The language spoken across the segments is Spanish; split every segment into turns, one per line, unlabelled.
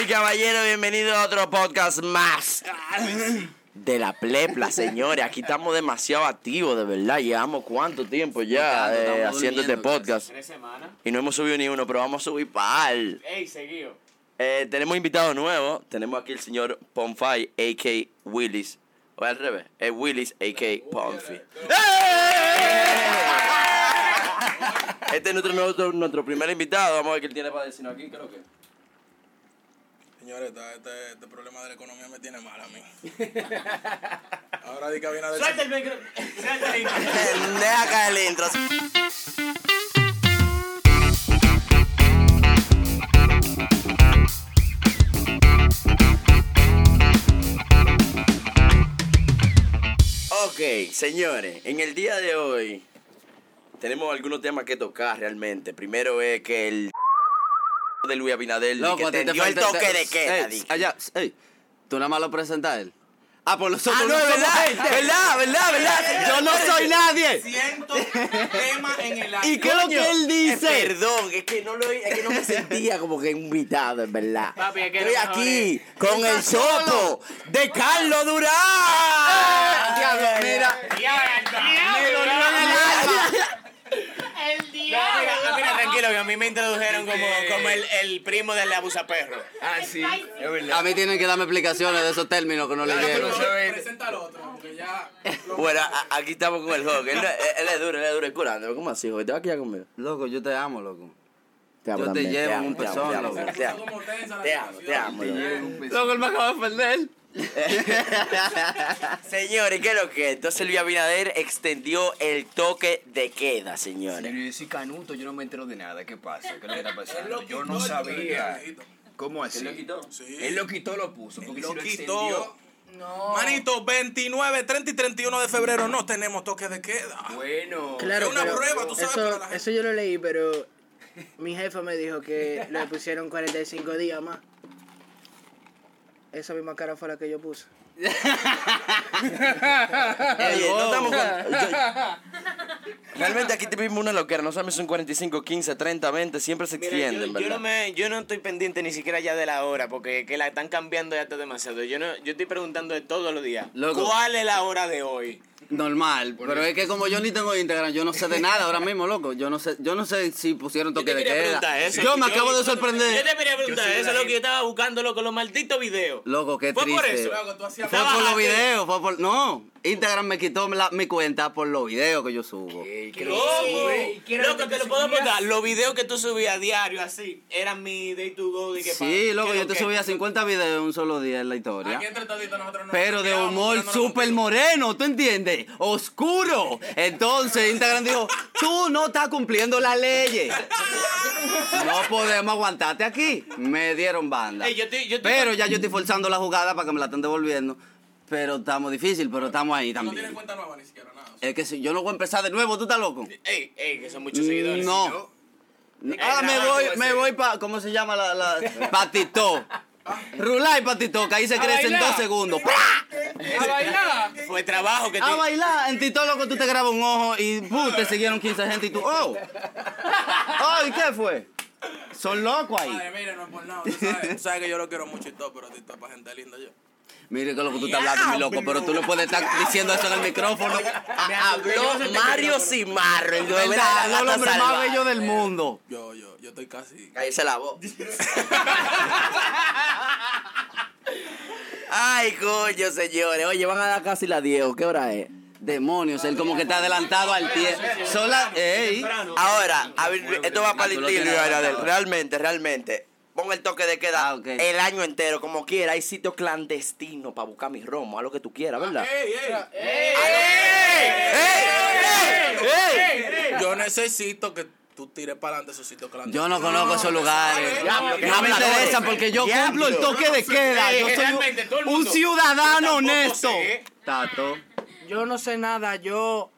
y caballeros, bienvenidos a otro podcast más de la plepla, señores. Aquí estamos demasiado activos, de verdad. Llevamos cuánto tiempo ya
Estamos
eh,
durmiendo,
haciendo este
estamos
podcast.
Tres semanas.
Y no hemos subido ni uno, pero vamos a subir pal.
Ey, seguido.
Eh, tenemos invitado nuevo. Tenemos aquí el señor Ponfay, a.k. Willis. O al revés, es Willis, a.k. Ponfi. ¡Eh! Este es nuestro, nuestro, nuestro primer invitado. Vamos a ver qué él tiene para decirnos aquí, creo que.
Señores, esta- este, este problema de la economía me tiene mal a mí. Ahora di que viene a decir.
Suelta el micro. Suelta el micro.
Deja caer el intro. Ok, señores, en el día de hoy tenemos algunos temas que tocar realmente. Primero es que el de Luis Abinader que
pues, a ti
tendió el
falta-
toque
te-
de queda.
Ey,
di que-
allá, ey, tú nada más lo presentas a él. Ah, por los
Ah,
otros
no,
somos
¿verdad?
gente. ¿Verdad? ¿Verdad? ¿Verdad? Yo no soy nadie.
Siento tema en el aire.
¿Y qué es lo que él
Eh,
dice?
perdón, es que no lo es que no me sentía como que invitado, en verdad.
Papi, es que
Estoy
lo mejor
aquí
es-
con el sopo de Carlos Durán.
Ah, Diablo, mira.
El
No,
diablo.
mira, no, mira, tranquilo, que a mí me introdujeron como, como el, el primo del abusaperro.
Ah, sí.
A mí tienen que darme explicaciones de esos términos que no le llego.
eh,
Bueno, a- aquí estamos con el Hawk. Él, no- él- él es duro, él es duro, es curando. ¿Cómo así, Hawk? ¿Te vas a quedar conmigo?
Loco, yo te amo, loco.
Te amo
Yo te
también,
llevo
amo,
un
te amo,
pezón,
te amo,
loco.
Te amo, te amo, te amo, loco.
Loco, él me acaba de perder.
Señores, ¿qué es lo que? Entonces Luis Abinader extendió el toque de queda, señores.
yo soy canuto, yo no me entero de nada. ¿Qué pasa? ¿Qué le está pasando? Yo no sabía. ¿Cómo así? Él lo quitó, lo puso. Porque
Lo
si lo
quitó.
extendió,
Manito, 29, 30 y 31 de febrero no tenemos toque de queda.
bueno.
Claro,
Es una
pero
prueba, tú sabes, para la
eso,
gente.
eso yo lo leí, pero mi jefa me dijo que le pusieron 45 días más. Esa misma cara fue la que yo puse.
Oye, no estamos con- yo- Realmente aquí tuvimos una loquera, no sabemos si son 45, 15, 30, 20, siempre se
Mira,
extienden,
yo,
¿verdad?
yo no me, yo no estoy pendiente ni siquiera ya de la hora, porque que la están cambiando ya está demasiado. Yo no, yo estoy preguntando de todos los días.
Loco.
¿Cuál es la hora de hoy?
Normal, pero es que como yo ni tengo Instagram, yo no sé de nada ahora mismo, loco. Yo no sé, yo no sé si pusieron toque de
quería
queda.
preguntar eso.
Yo me
Yo-
acabo de
Yo
sorprender.
te quería preguntar eso, lo que yo estaba buscando, loco, los malditos videos.
Loco, qué
Fue
triste.
por eso.
Fue
Trabajaste.
por los videos, fue por no. Instagram me quitó la- mi cuenta por los videos que yo subo.
¿Cómo? Loco, te lo puedo contar. Los videos que tú subías a diario, así, eran mi day to go. y que
Sí,
pa-
loco,
que
yo
lo
te
que-
subía 50 videos en un solo día en la historia.
nosotros
Pero de humor súper moreno, ¿tú entiendes? Oscuro. Entonces Instagram dijo, tú no estás cumpliendo las leyes. No podemos aguantarte aquí. Me dieron banda.
Ey, yo estoy- yo estoy-
Pero ya yo estoy forzando la jugada para que me la estén devolviendo. Pero estamos difícil, pero estamos ahí también.
cuenta nueva ni siquiera, nada.
Es que si yo no voy a empezar de nuevo, ¿tú estás loco?
Ey, ey, que son muchos seguidores.
No. Ah, me
trabajo
voy,
ese.
me voy para, ¿cómo se llama la, la? Patito? Rulay Patito, que ahí se crece en dos segundos. ¡Pra!
Fue trabajo que
a
tú-
bailar. En Tito Loco tú te grabas un ojo y ¡pum! te siguieron 15 gente y tú, ¡oh! ¡Oh! ¿Y qué fue? Son locos ahí.
Madre, mire, no es por nada. Tú sabes, tú sabes que yo lo quiero mucho y todo, pero tú para gente linda yo.
Mire que lo que tú estás hablando, mi loco, pero tú no puedes estar diciendo eso en el micrófono.
Ah, Habló
este
Mario Cimarro, el dueño de la
Verdad, no el
gata
hombre más
salvaje.
bello del mundo.
Yo, yo, yo estoy casi.
Cállese la voz. Ay, coño, señores. Oye, van a dar casi las 10. ¿o ¿Qué hora es?
Demonios, él como que está adelantado al pie. Sola, ey.
Ahora, a ver, esto va para
tú
el
lo
estilo,
tienes
Abinader.
adelantado.
Realmente, realmente. Ponga el toque de queda
Ah, ok.
el año entero, como quiera. Hay sitios clandestinos para buscar mi romo, a lo que tú quieras, ¿verdad? Ah,
¡Ey, ey! Yo necesito que tú tires para adelante esos sitios
Yo
clandestinos.
no conozco esos lugares.
Diablo, que
No me
habladores.
interesa porque yo cumplo el toque de queda. Yo
Realmente, todo
soy
el
un
mundo.
ciudadano
Yo tampoco
honesto.
sé.
Tato.
Yo no sé nada, yo.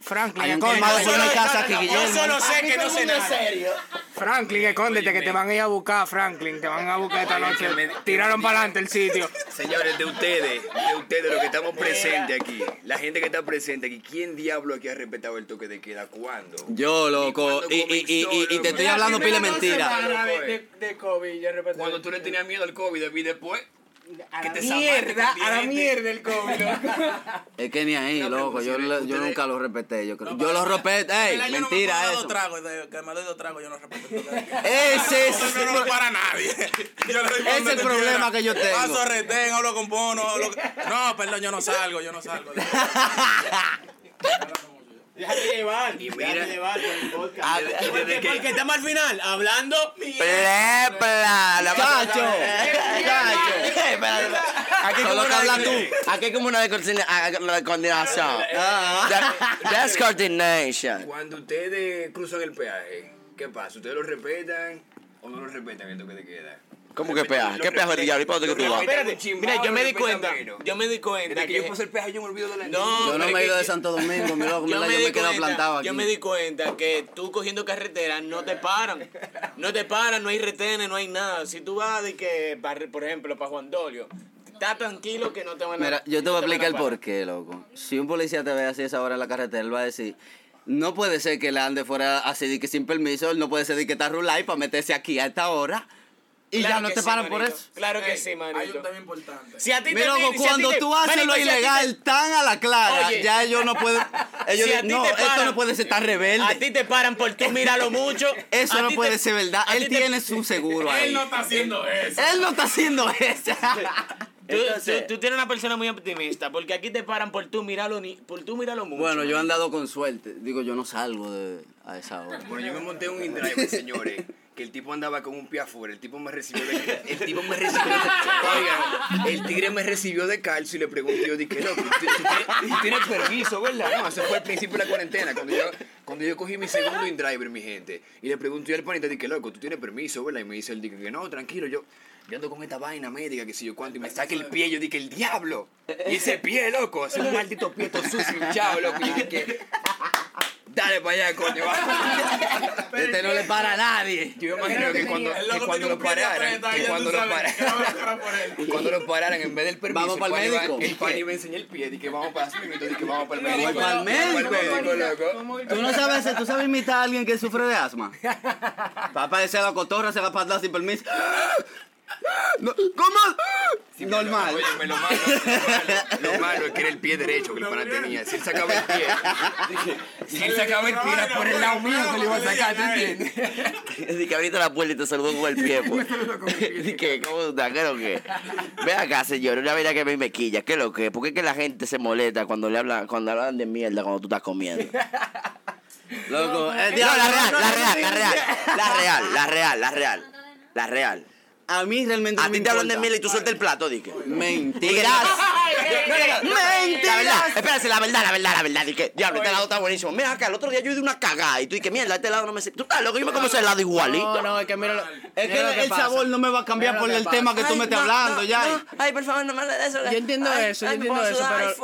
Franklin,
Hay un
acórdate.
colmado por una casa aquí,
Yo
Guillermo.
solo sé que no sé nada.
Franklin, Franklin, escóndete que te van a ir a buscar, Franklin. Te van a buscar esta noche. Tiraron para adelante el sitio.
Señores, de ustedes, de ustedes, los que estamos presentes aquí, la gente que está presente aquí, ¿quién diablo aquí ha respetado el toque de queda? ¿Cuándo?
Yo, loco.
cuando
Y, y- y- y- y te estoy
comenzó,
hablando
loco?
pile
La primera
mentira.
semana de- de-
COVID, yo repetí.
Cuando tú le tenías miedo al COVID y después.
a
que
la
te
mierda,
zamaste con
a la
dientes.
mierda el COVID. loco.
Es que ni ahí, loco. Yo,
ustedes-
le- yo nunca lo respeté. Yo, creo- yo lo respeto. Ey,
Mira, yo no me
mentira
he dado
eso.
trago, de- que me doy dos tragos, yo no respeto. el toque.
Ese es.
Eso no lo para nadie. Yo le doy
Es
donde
el
te
problema que yo tengo.
Paso retén, hablo con Bono. hablo- No, perdón, yo no salgo, yo no salgo.
Déjate llevar. Déjate llevar por el podcast.
Desde que-
estamos al final hablando.
Plepla, la
Chacho,
Chacho. Aquí
Solo
como
que
una
habla
de- Aquí como una de coordina- ah, la coordinación. Ah, That- That's coordination.
Cuando ustedes cruzan el peaje, ¿qué pasa? ¿Ustedes lo respetan o no lo respetan el toque de queda?
¿Cómo que peaje? ¿Qué peaje de ahora? ¿Y para dónde que tú vas?
Espérate, mira, yo me di cuenta. Yo me di cuenta
Desde que
que
yo puse el peaje, yo me olvido de la
No,
Yo no
pero
me he
es
ido
que-
de Santo Domingo, mi loco.
yo
Mira,
me,
yo
di
me he quedado
cuenta,
plantado aquí.
yo me di cuenta que tú cogiendo carretera no te paran. No te paran, no hay retenes, no hay nada. Si tú vas de que, para- por ejemplo, para Juan Dolio, está tranquilo que no te van a
Mira, yo te voy a
no van
explicar el
parar.
por qué, loco. Si un policía te ve así a esa hora en la carretera, él va a decir, no puede ser que le ande fuera así de que sin permiso, él no puede ser de que está rulay para meterse aquí a esta hora. Y
Claro
ya no
que
te
sí,
paran por
manito.
eso.
Claro que sí,
Hay un
manito.
tema importante.
Si a ti
Mira, loco,
vienen- si a ti
cuando
te-
tú haces
manito,
lo
si a ti te-
ilegal tan a la clara,
Oye.
ya ellos no pueden... Ellos
Si a
dicen,
ti
no,
te
esto
paran-
no puede ser tan
A
rebelde.
ti te paran por tú míralo mucho.
Eso
A
no
ti
puede
te-
ser verdad.
a
Él
ti te-
tiene su seguro ahí.
Él no está haciendo eso.
Él no está haciendo eso.
Tú, tú- tú tienes una persona muy optimista, porque aquí te paran por tú míralo, ni- por tú míralo mucho.
bueno, yo he andado con suerte. Digo, yo no salgo de, a esa hora.
Bueno, yo me monté un indrive, señores. Que el tipo andaba con un pie afuera, el tipo me recibió de El tipo me recibió de Oigan, el tigre me recibió de calcio y le pregunté, yo dije, loco, ¿tú, tú tienes, tú tienes permiso, ¿verdad? No, eso fue al principio de la cuarentena, cuando yo, cuando yo cogí mi segundo indriver, mi gente. Y le pregunté yo al panita, dije, loco, ¿tú tienes permiso, verdad? Y me dice el dije, no, tranquilo, yo, yo ando con esta vaina médica, que si yo cuánto, y me saca el pie, yo dije, el diablo. Y ese pie, loco, ese maldito pie todo sucio, chao, loco. Y yo dije, dale para allá, coño, va.
Este no le para a nadie.
Yo me imagino que cuando,
El
que
loco
cuando
tiene
lo
un pie de
pararan,
aprieta,
que
ya
cuando
tú
lo
sabes, que
pararan,
van a parar por él.
que cuando lo pararan, en vez del permiso,
Vamos
el
pa'l
pan iba-
médico.
el pan iba a enseñar el pie, dije vamos para el médico, dije vamos para el
Voy
médico.
pa'l médico.
loco.
Tú no sabes, tú sabes imitar a alguien que sufre de asma. Papá ese la cotorra, se va para atrás sin permiso. No, ¿Cómo? Normal. Eh,
Óyeme, lo malo, lo malo- lo malo es que era el pie derecho que el pana tenía. Si él sacaba el pie, dije, si él sacaba el pie era por el lado mío que le iba a sacar, ¿tú entiendes?
Dice que abriste la puerta y te saludó con el pie. pues. Dice que, ¿cómo tú estás? ¿Qué es lo que? Ve acá, señor, una vaina que me me quilla. ¿Qué es lo que? ¿Por qué es que la gente se molesta cuando le hablan, cuando hablan de mierda cuando tú estás comiendo?
Loco, eh,
No,
diablo,
la real,
no,
la real,
no,
la
no, no,
real,
no.
la real, la real, la real, la real.
A mí realmente
A
no
ti
me
te hablan de
importa.
mierda y tú sueltas el plato, dique.
Mentiras.
La verdad,
Mentiras.
espérate, la verdad, la verdad, la verdad. Dije, diablo, este lado está buenísimo. Mira acá, el otro día yo hice una cagada y tú dije, mierda, este lado no me sé. Tú estás loco, yo me como ese lado
No,
igualito.
no, es que mira. lo-
Es
mira lo
que el
pasa.
sabor no me va a cambiar
Mira
por
lo que
el
pasa.
tema que tú me estás hablando ya.
Ay, por favor, no me hables de eso.
Yo entiendo eso, yo entiendo eso, pero-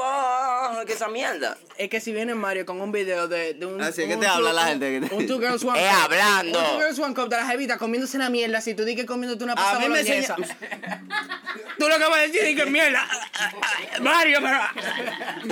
pero... Que esa mierda.
Es que si viene Mario con un video de, de un.
Así es que
un
Ah, te habla
two-
la gente que te-
Un Two Girls One
Eh,
ah,
Cup.
hablando.
Un Two Girls One Cup de la jevita comiéndose una mierda. Si tú di que comiéndote una
Ah, A
pasta
mí me
boloñesa.
enseña...
Tú lo que vas a decir es que mierda. Mario, pero.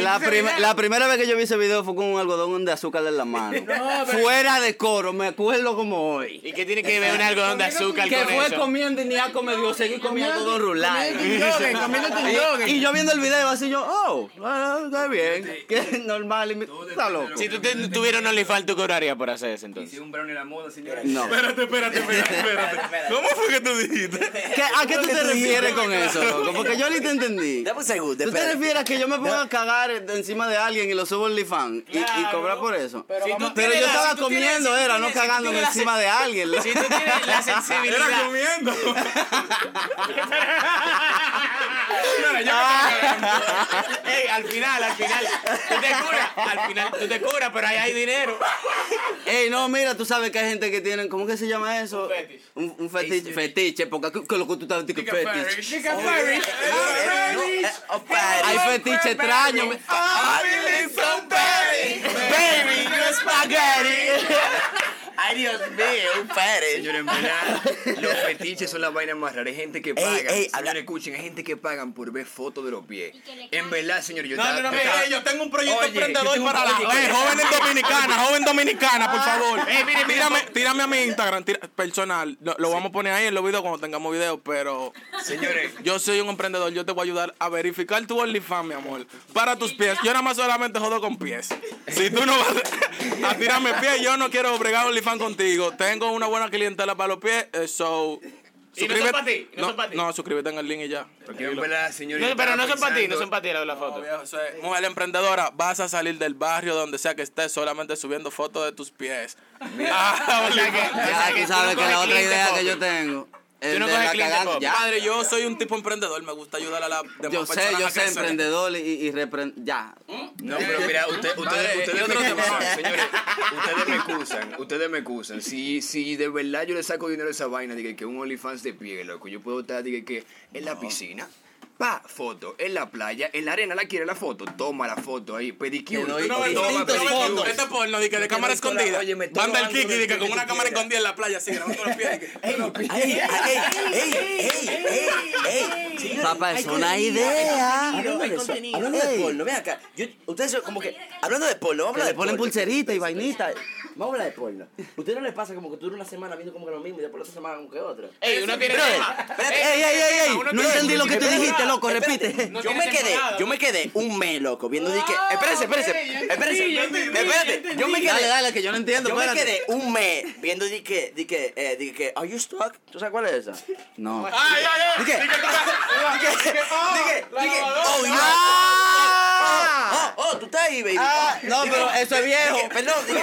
La, prim- la primera vez que yo vi ese video fue con un algodón de azúcar en la mano. Fuera de coro, me acuerdo como hoy.
¿Y qué tiene que ver un algodón de azúcar
Que
con
fue
eso?
comiendo y ni asco me dio, seguí comiendo algodón rular.
Comiéndote un yoguen, comiéndote un yoguen.
Y yo viendo el video así yo, oh, ah, está bien, que es normal, y me- está loco.
Si tú te, tuvieras un OnlyFans, ¿tú cobrarías por hacer eso entonces?
Hice un brownie en la moda, señores.
No.
Espérate, espérate, espérate, espérate. ¿Cómo fue que tú dijiste?
¿Qué- ¿A qué tú te refieres con eso, loco? Porque yo ni te entendí.
Dame un segundo,
¿Tú te
espérate.
refieres a que yo me ponga a cagar encima de alguien y lo subo al OnlyFans y, y cobrar por eso? Pero,
Si tú
yo
tienes la-
estaba
si tú tienes-
comiendo,
si tú
era, no
tienes- si tú
cagándome
tienes la-
encima de alguien. loco.
Si tú tienes la
Era
sensibilidad.
comiendo.
Ey, al final, al final. Tú te curas. Al final, tú te curas, pero ahí hay dinero.
Ey, no, mira, tú sabes que hay gente que tienen, ¿cómo que se llama eso? Un fetiche. Un, fetiche, fetiche, porque que- que lo que tú estás diciendo que fetiche.
Eh, oh, padre.
Hay fetiche extraño. me-
Baby, you spaghetti. Ay, Dios mío, un padre.
Señores, en verdad, los fetiches son las vainas más raras. Hay gente que paga.
ey,
Señores,
habla-
escuchen, hay gente que pagan por ver fotos de los pies.
Y que le
En
caen.
verdad, señor, yo
No,
estaba-
no, no,
yo estaba-
mire, yo tengo un proyecto
Oye, yo
emprendedor
tengo un-
para la
oye,
eh, joven dominicana, joven dominicana,
Ah.
por favor. tírame, tírame a mi Instagram tira- personal. Lo, lo vamos a poner ahí en los videos cuando tengamos videos, pero
Señores,
yo soy un emprendedor, yo te voy a ayudar a verificar tu OnlyFans, mi amor. Para tus pies. Yo nada más solamente jodo con pies. Si tú no vas a tirarme pies, yo no quiero bregar OnlyFans contigo. Tengo una buena clientela para los pies, eh, so
Y no son pa' ti, no son pa' ti.
no, suscríbete en el link y ya.
porque en verdad, señor, yo
No, pero
estaba
no son para ti, no
pensando-
son para ti las la fotos.
Viejo, eso es, Mujer emprendedora, vas a salir del barrio donde sea que estés solamente subiendo fotos de tus pies. Ah,
Ya tú sabes que la otra idea que yo tengo.
Tú
es
no
de
coges
la
cliente
cagada-
pop.
ya.
Padre, yo soy un tipo emprendedor, me gusta ayudar a la demás
Yo sé,
personas
yo
a
sé,
crecer.
emprendedor y, y repren- Ya.
No, pero mira, usted- ustedes,
Padre,
ustedes
yo
me
creo que
excusan,
va.
señores. Ustedes me excusan, ustedes me excusan. Si, si de verdad yo le saco dinero a esa vaina, dije que un OnlyFans de pie, loco, yo puedo estar, dije que en la piscina. Pa, foto, en la playa, en la arena la quiere la foto, toma la foto ahí, pedicure,
Te doy
No ves,
Distintos
no ves
fotos.
fotos. Este porno, de, que de
Porque
cámara
no sola-
escondida.
oye, me estoy
Banda el
robando
Kiki,
lo
de
que
que con
tú
una cámara
quieras.
escondida en la playa, así grabando los pies. de que-
Ey, ey, ey, ey, ey, ey.
Papá, es una idea.
Hablando de, eso, hablando de porno, ven acá. Yo- ustedes son como que. Hablando de porno, vamos a
Que
hablar
le
de
ponen
porno.
pulserita y vainita.
Vamos a hablar de porno. ¿Ustedes no les pasa como que tú duras una semana viendo como que lo mismo y después la otra semana como que otra?
Ey, uno tiene
Brother,
tema.
espérate.
Ey, ey, ey, ey.
Uno
No
tiene-
entendí lo que tú
Espérate,
dijiste, loco.
espérate.
Repite.
No
yo
tiene
me quedé,
temporada.
yo me quedé un mes, loco, viendo di que. Espérense, espérense. Espérense. Espérate, yo me
Dale,
quedé.
dale, que yo no entiendo.
Yo me
espérate.
quedé un mes viendo di que, di que, eh, di que, are you stuck? ¿Tú sabes cuál es esa?
No.
Ay, ay, ay.
Dije, dije, dije, oh, you
¡Ah!
Oh, oh, tú estás ahí, baby.
Ah,
Oh,
no,
dije,
pero eso es viejo.
dije, Perdón, dije,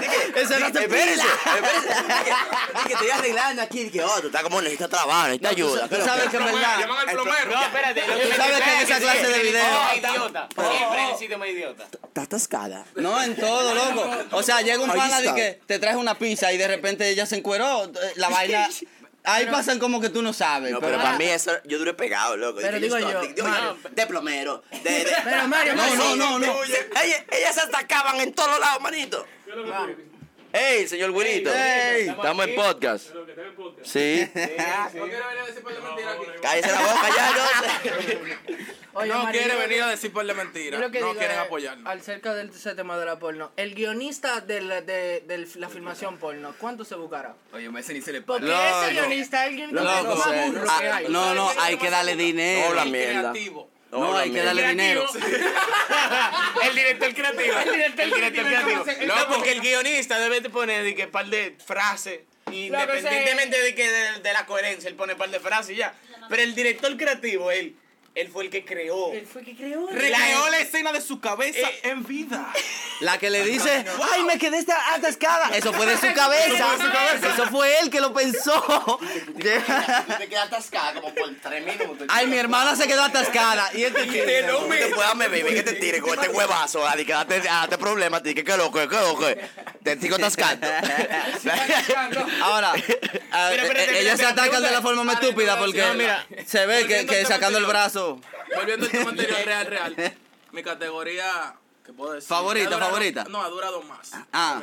dije,
Eso no
dije,
se
espérese,
pila.
espérese, dije, dije, te voy arreglando aquí, dije, oh, tú estás como necesitas trabajo, necesitas ayuda.
Tú sabes que en verdad.
Llaman al plomero.
No, espérate. lo
Tú
me
sabes que
espera
en
es
esa
sí,
clase de
el
video-
sitio más idiota. Siempre en el sitio más idiota.
Estás tascada.
No, en todo, loco. O sea, llega un
Ahí
pana de
está.
que te traes una pizza y de repente ella se encueró. eh, La vaina. Ahí pasan como que tú no sabes.
No,
pero-
pero para mí eso, yo duré pegado, loco.
Pero
Dije,
digo
stop,
yo,
dije, oye,
Mario.
de plomero, de, de-
Pero, Mario,
No,
Mario,
no,
sí,
no, no.
oye.
Ellas, ellas se atacaban en todos lados, manito. Ey, señor Güerito.
Ey.
Estamos en podcast. Sí. Cállese la boca ya, no sé.
Oye,
No
Mario,
quiere
yo-
venir a decir por la
yo
mentira.
lo que
No
digo
quieren
es,
apoyarnos.
Acerca de ese tema de la porno, el guionista de la, de, de la filmación porno, ¿cuánto se buscará?
Oye, me ese ni se le
Porque
paga.
Loco.
ese guionista es el guionista
Loco,
más burro
ah,
que hay.
no, no, hay que darle dinero.
Hola,
El
mierda.
creativo.
No, hay que darle dinero.
El director creativo. El director, creativo. No, porque el guionista debe de poner de que par de frases. Independientemente de que de, de la coherencia, él pone par de frases y ya. Pero el director creativo, él, él fue el que creó.
Él fue que creó.
Recreó la escena de su cabeza
Eh.
en vida.
La que le dice, ay, me quedé esta- atascada. Eso fue de su cabeza. Eso fue él que lo pensó.
Te quedas atascada como por tres minutos.
Ay, mi hermana se quedó atascada. Y este
Te no me puedas me bebé que te tire con este huevazo, a que date, date problema, ti que qué loco, qué loco. Te sigo atascando.
Ahora, a-
Pero, pero,
eh,
pero,
ellos
pero,
se atacan
pregunta-
de la forma más
Vale,
estúpida
no,
porque
no, mira,
se ve que,
volviendo
que
al tema
sacando el
anterior.
brazo.
Volviendo al tema anterior, real, real. Mi categoría, ¿qué puedo decir?
Favorita,
Ha durado-
favorita.
No, ha durado más.
Ah.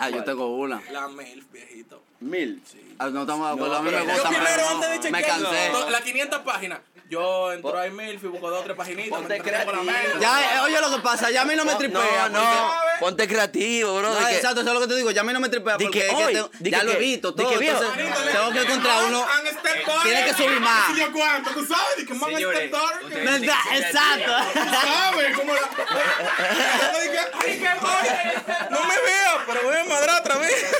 Ah, yo tengo una.
La MILF, viejito.
Mil.
Ah, No estamos de acuerdo. A mí me
Yo
gusta,
primero,
pero
antes de chequear.
me cansé.
to- Las 500 páginas. Yo entro ahí MILF y busco dos o tres paginitas. me meto por la media.
Ya, eh, oye lo que pasa, ya a mí no me tripea.
No, no, ponte creativo, bro.
No,
de que-
exacto, eso es lo que te digo. Ya a mí no me tripea
Di
porque
que
es que
hoy,
tengo-
di
ya
que
lo he
que-
visto
di que
todo.
viejo.
Entonces, tengo que ir contra uno. Tiene que subir más.
Yo cuánto, tú sabes, de que man
Señores, ustedes tienen que
¿Verdad?
ser
Exacto.
sabes cómo la. Yo dije, "Ay, qué boy". No me veo, pero voy a madrar otra vez.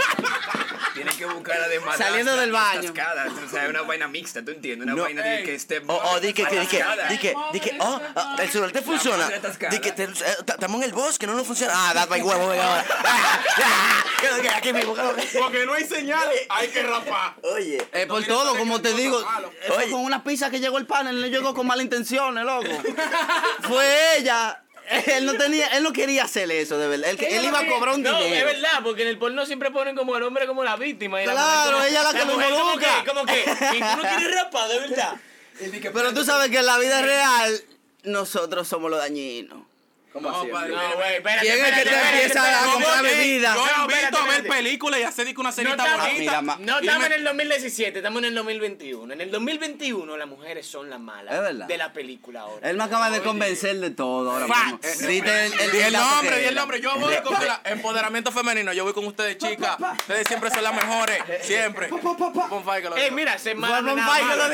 creativos. Tienen que buscar la de madrastra
Saliendo del
y
baño.
atascada, o sea, una vaina mixta, ¿tú entiendes? Una
No.
vaina de que este esté
Oh, oh, di que, di que, di que,
atascada.
di que, di que, oh, ah, el celular te funciona.
madre atascada.
Di que te- eh, ta- estamos en el bosque, no nos funciona. Ah, date para el huevo, venga ahora. Ah, ah, que lo que- aquí mismo, que lo que-
Porque no hay señales, hay que rapar.
Oye,
Eh, por todo, como te digo, eh, fue
Oye.
con una pizza que llegó el pan, él no llegó con malas intenciones, loco. Fue ella. Él no tenía, él no quería hacer eso, de verdad. Él, que- él iba a cobrar un
No, es
dinero.
verdad, porque en el porno siempre ponen como el hombre como la víctima. Y la
Claro,
mujer como-
ella es la que lo
mujer como
involucra.
que- Como que, y tú no quieres rapar, de verdad.
Pero tú sabes que en la vida real nosotros somos los dañinos.
¿Cómo así?
No, güey, espérate.
¿Quién es
espérate,
que te
espérate,
empieza a
espérate,
comprar
espérate.
Yo
bebida?
No,
invito
espérate,
a ver
espérate.
películas y hacer dique una
No
cenita
estamos,
bonita.
ma-
no estamos
Dime-
en el 2017, estamos en el 2021. En el 2021 las mujeres son las
Es
malas
verdad.
de la película ahora.
Él me acaba de convencer de todo ahora mismo.
Facts.
Dite el, el,
Di el
dato
nombre,
que
di el
era.
nombre. Yo voy con el empoderamiento femenino. Yo voy con ustedes, chicas. Ustedes siempre son las mejores. Siempre. Pon fire que lo
Ey,
diga.
Eh, mira, ser malo no es nada malo.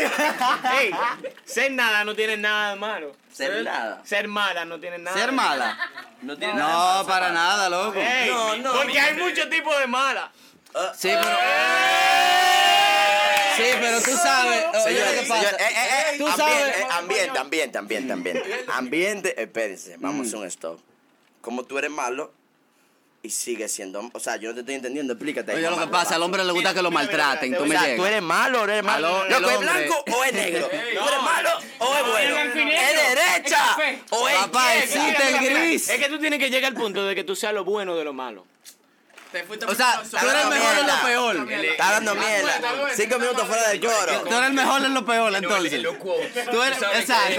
Ey, ser nada no tiene nada de malo.
Ser nada.
Ser mala no tiene nada.
¿Ser
de-
mala?
No tiene nada de
No,
malo,
para nada, loco.
Ey,
No, no,
porque
mira.
hay muchos tipos de mala.
Sí, pero. Sí, pero tú sabes. Oye,
Señores,
¿qué pasa?
señores, eh, eh, eh,
tú
ambiente,
sabes.
eh, ambiente, ambiente, ambiente, ambiente. Ambiente, espérense, vamos a hacer un stop. Como tú eres malo y sigues siendo, o sea, yo no te estoy entendiendo, explícate.
Oye, lo que
Mamá,
pasa, al hombre le gusta
Mira,
que lo
mira, mira,
maltraten.
te
Tú
O
me
sea, tú
llegas.
eres malo o no eres malo.
Aló,
Loco,
el
¿es
hombre.
blanco o es negro? ¿Tú eres malo o es bueno? ¿Es derecha o es
Papá,
izquierda?
existe el gris.
Es que tú tienes que llegar al punto de que tú seas lo bueno de lo malo.
Te fuiste
O sea, tú
filosófico.
eres el mejor en lo
Mierda.
peor.
Está dando mierda. Cinco minutos fuera del coro.
Tú eres el mejor en lo peor,
Entonces,
entonces.
los quotes.
Tú eres.
sabes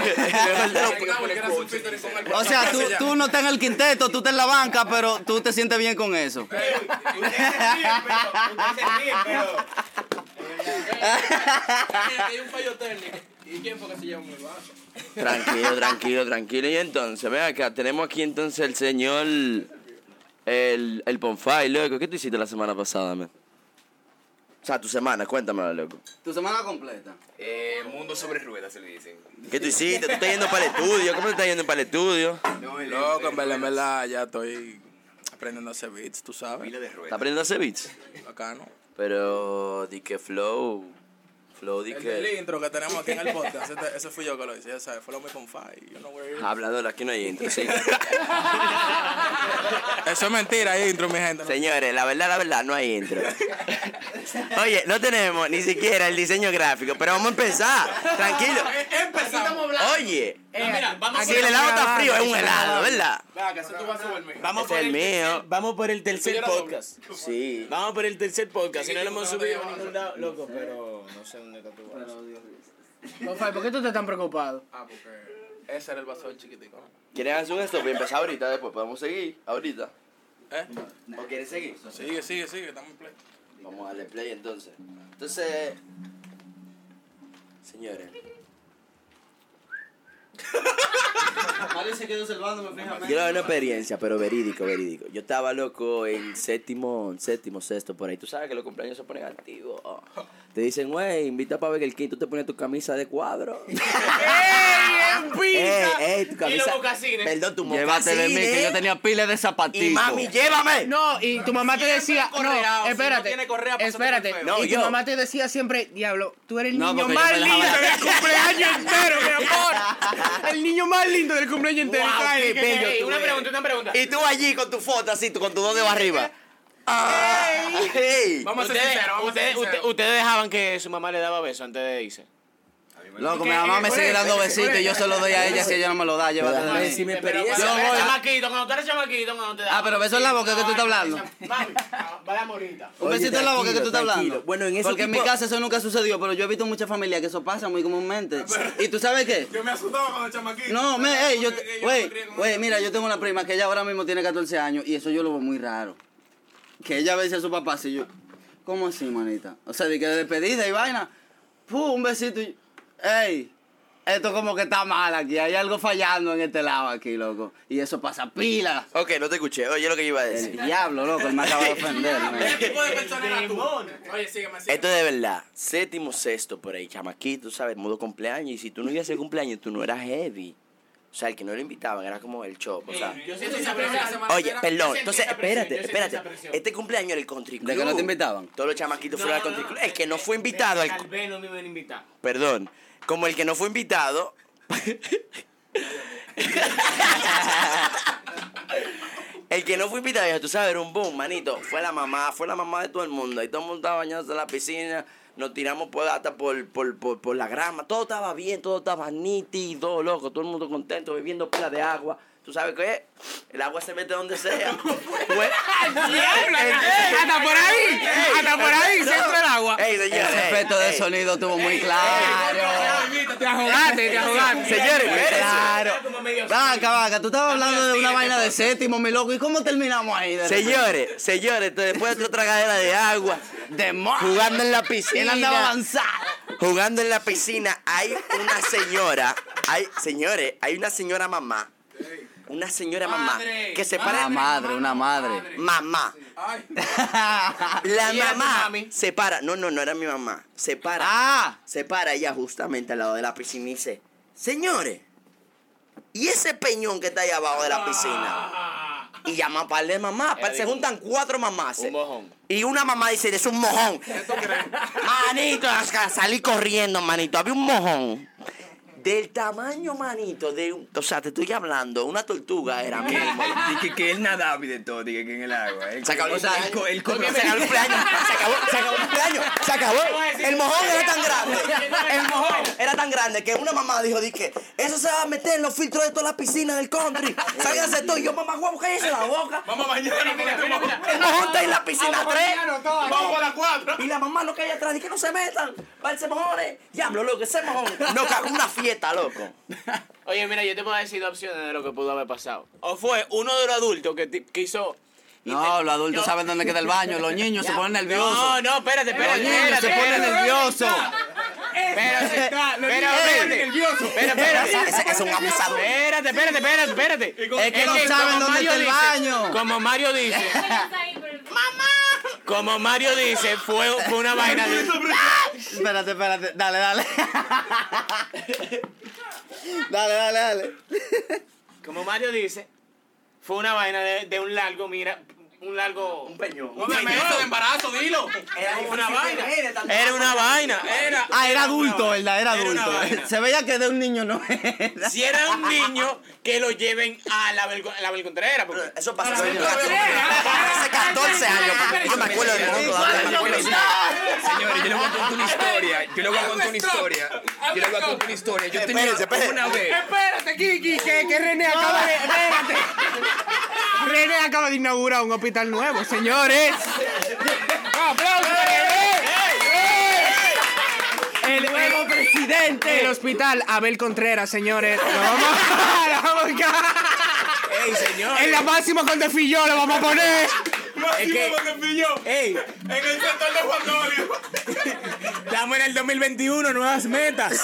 Exacto. O sea, tú, tú no estás en el quinteto, tú estás en la banca, pero tú te sientes bien con eso.
hay un fallo técnico. ¿Y quién fue que se llamó el vaso?
Tranquilo, tranquilo, tranquilo. Y entonces, ven acá, tenemos aquí entonces el señor. El, el Ponfai, loco. ¿Qué tú hiciste la semana pasada, man? O sea, tu semana, cuéntamelo, loco.
Tu semana completa.
Eh, mundo sobre ruedas se le dicen.
¿Qué tú hiciste? ¿Tú estás yendo para el estudio? ¿Cómo te estás yendo para el estudio?
No, el-
Loco, en verdad, en
ruedas.
verdad, ya estoy aprendiendo a hacer beats, tú sabes.
Pila de
¿Estás
ruedas.
aprendiendo a hacer beats?
Bacano.
Pero, di que flow. Flow, di
El del
que.
intro que tenemos aquí en el podcast, ese, ese fui yo que lo hice, ya sabes, fue lo mismo con Fire. You know where it is.
Hablador, aquí no hay intro, sí.
Eso es mentira, hay intro, mi gente. ¿no?
Señores, la verdad, la verdad, no hay intro. Oye, no tenemos ni siquiera el diseño gráfico, pero vamos a empezar. Tranquilo.
Ah, eh, Empezamos.
Oye,
Mira, vamos
si el helado está frío, es un helado, ¿verdad?
Venga, Ah, que eso tú vas a subirme.
Vamos
Ese Este es el mío.
Vamos por el tercer podcast.
Sí.
Vamos por el tercer podcast. Si no lo hemos subido a ningún lado, loco, pero no sé dónde está tu vaso.
Fai, ¿por qué tú estás tan preocupado?
Ah, porque ese era el vaso del chiquitico. ¿no?
¿Quieren hacer un stop y empezar ahorita? Después podemos seguir, ahorita.
¿Eh?
¿O quieres seguir?
Sigue, sigue, sigue, estamos en play.
Vamos a darle play entonces. Entonces, señores.
Mario se quedó salvándome,
Yo era una experiencia, pero verídico, verídico. Yo estaba loco en séptimo, séptimo, sexto, por ahí. Tú sabes que los cumpleaños se ponen activos. Oh. Te dicen, güey, invita para Burger King, tú te pones tu camisa de cuadro. ¡Ey, ey, tu camisa!
Y los mocasines.
Perdón, tu
Llévate de mí, que yo tenía pilas de zapatitos.
Y mami, llévame.
No, y tu mamá te decía,
correao,
no,
si no
espérate,
tiene correa, pásate
espérate,
por el
feo. No,
y tu
yo.
mamá te decía siempre, diablo, tú eres el
No,
niño
porque yo
más
me
lindo
dejaba-
del cumpleaños entero, mi amor, el niño más lindo del cumpleaños entero,
Guau,
Fai,
qué
que-
bello
Ey,
tú
una
eres.
pregunta, una pregunta.
Y tú allí con tu foto así, tú, con tu dos dedos arriba. Ah. ¡Ey!
Vamos a ser
Ustedes-
sinceros, vamos a ser
ustedes-
sinceros.
ustedes- Ustedes dejaban que su mamá le daba beso antes de irse.
Loco, mi mamá me sigue dando besitos y yo se los doy a ella si ella no me lo da. Llévate de mí.
mi
Cuando
Yo
tú eres
voy.
chamaquito, cuando tú eres chamaquito, cuando te da-
Ah, pero beso en la boca que tú estás hablando.
Mami, va la morita.
Un
Oye,
besito en la boca que tú
tranquilo,
estás hablando.
tranquilo. Bueno, en ese
Porque en mi
tipo-
casa eso nunca sucedió, pero yo he visto muchas familias que eso pasa muy
Ah,
comúnmente. ¿Y tú sabes qué?
Yo me asustaba cuando chamaquito.
No, me, ey, yo,
Porque
te-
yo
güey,
me crié con
güey,
él.
mira, yo tengo una prima que ella ahora mismo tiene 14 años y eso yo lo veo muy raro. Que ella ve a su papá así, yo, ¿cómo así, manita? O sea, de que de despedida y vaina, ¡pum! un besito y, ey, esto como que está mal aquí, hay algo fallando en este lado aquí, loco. Y eso pasa pila.
Ok, no te escuché. Oye, lo que iba a
El
decir.
diablo, loco, él me acaba de ofender.
¿Qué
man.
tipo de persona era tú? Oye, sígueme, sígueme.
Esto es de verdad. Séptimo, sexto, por ahí, chamaquito, ¿sabes? Modo cumpleaños. Y si tú no ibas a hacer cumpleaños, tú no eras heavy. O sea, el que no lo invitaban era como el chop, o sea.
Yo siento esa presión la semana
Oye,
entera. Yo
perdón,
sentí
entonces
esa presión,
espérate,
yo sentí esa
espérate.
presión.
Este cumpleaños era el country club.
¿De que no te invitaban?
Todos los chamaquitos fueron al country club. El que no fue invitado al.
Tal vez no me iban a invitar.
Perdón. Como el que no fue invitado. El que no fue invitado, ya tú sabes, era un boom, manito. Fue la mamá, fue la mamá de todo el mundo. Y todo el mundo estaba bañándose en la piscina. Nos tiramos por, hasta por, por, por, por la grama. Todo estaba bien, todo estaba nítido, loco. Todo el mundo contento, bebiendo pila de agua. ¿Tú sabes qué? El agua se mete donde sea. Fue-
Hasta por ahí, hasta por ahí, se entra el agua.
agua.
Ey, señores.
Ese
ey,
efecto de
ey.
sonido estuvo muy claro.
Te ahogaste, te ahogaste.
Señores,
Muy
espérense.
claro. Vaca, vaca, tú estabas hablando de una vaina de séptimo, mi loco. ¿Y cómo terminamos ahí? de repente?
Señores, señores, entonces, después de otra tragadera de agua,
Demonio.
jugando en la
Él andaba
piscina,
avanzado.
jugando en la piscina, hay una señora, hay, señores, hay una señora mamá, una señora mamá, que se para,
Una Ah, madre, una madre.
mamá, la
Y era tu
mamá
mami.
se para, no, no, no era mi mamá, se para,
Ah,
se para ella justamente al lado de la piscina y dice, señores, ¿y ese peñón que está ahí abajo de la piscina?
Ah.
Y llama a par de mamás, par- se juntan cuatro mamás.
Un mojón.
Y una mamá dice, es un mojón. Manito, as- salí corriendo, manito, había un mojón. Del tamaño, manito, de un... O sea, te estoy hablando, una tortuga era mismo.
Dije que él nadaba y de todo, dije que en el agua. Él,
Se acabó,
él-
o sea,
él co- él co-
Se acabó el cumpleaños, se acabó, se acabó el cumpleaños, se acabó. El mojón era tan grande, el mojón era tan grande que una mamá dijo, dije, eso se va a meter en los filtros de todas las piscinas del country. Sáquense todo. Y yo, mamá, guapo, cállese la boca.
Vamos a bañarnos. con este mojón.
El mojón está en la piscina 3.
Vamos a las cuatro.
Y la mamá lo que hay atrás, dije, no se metan. Parece mojones. Diablo, loco, ese mojón. No cagó una fiesta, loco.
Oye, mira, yo te puedo decir dos opciones de lo que pudo haber pasado. O fue uno de los adultos que ti- quiso.
no, los adultos saben dónde queda el baño. Los niños se ponen nerviosos.
No, no, espérate,
Los
espérate.
niños se
espérate,
ponen nerviosos.
Espérate, espérate, espérate. Espera,
Ese,
espera.
ese es un abusador.
Espérate, espérate, espérate, espérate.
Es que no saben
como
dónde está el
dice-
baño.
Como Mario dice, como Mario dice, fue, fue una vaina de...
Espérate, espérate. Dale, dale. Dale, dale, dale.
Como Mario dice, fue una vaina de, de un largo, mira, un largo... Un peñón. Un peñón.
de embarazo, dilo.
Era
una vaina. Era una vaina, era...
Ah, era adulto,
una
¿verdad? Era
una
adulto.
vaina.
Se veía que de un niño no era.
Si era un niño, que lo lleven a la, Belgo- a la Belcontrera, porque...
Eso pasó hace 14 hace 14 años. porque Yo me acuerdo del mundo. todavía, me acuerdo.
Señores, yo les voy a contar una historia. Yo les voy a contar una historia. Yo les voy a contar una historia. Yo
Espérense,
tenía
espérense.
una vez.
Espérate, Kiki, que, que René acaba de. Espérate. René acaba de inaugurar un hospital nuevo, señores. ¡Un aplauso para René! eh! El nuevo presidente. El hospital Abel Contreras, señores. Lo vamos a lo vamos a buscar.
¡Ey, señor!
En la máxima con Defilló lo vamos a poner.
Es que- ¡Ey!
En el sector de Juan Dolio.
Estamos en el 2021, nuevas metas.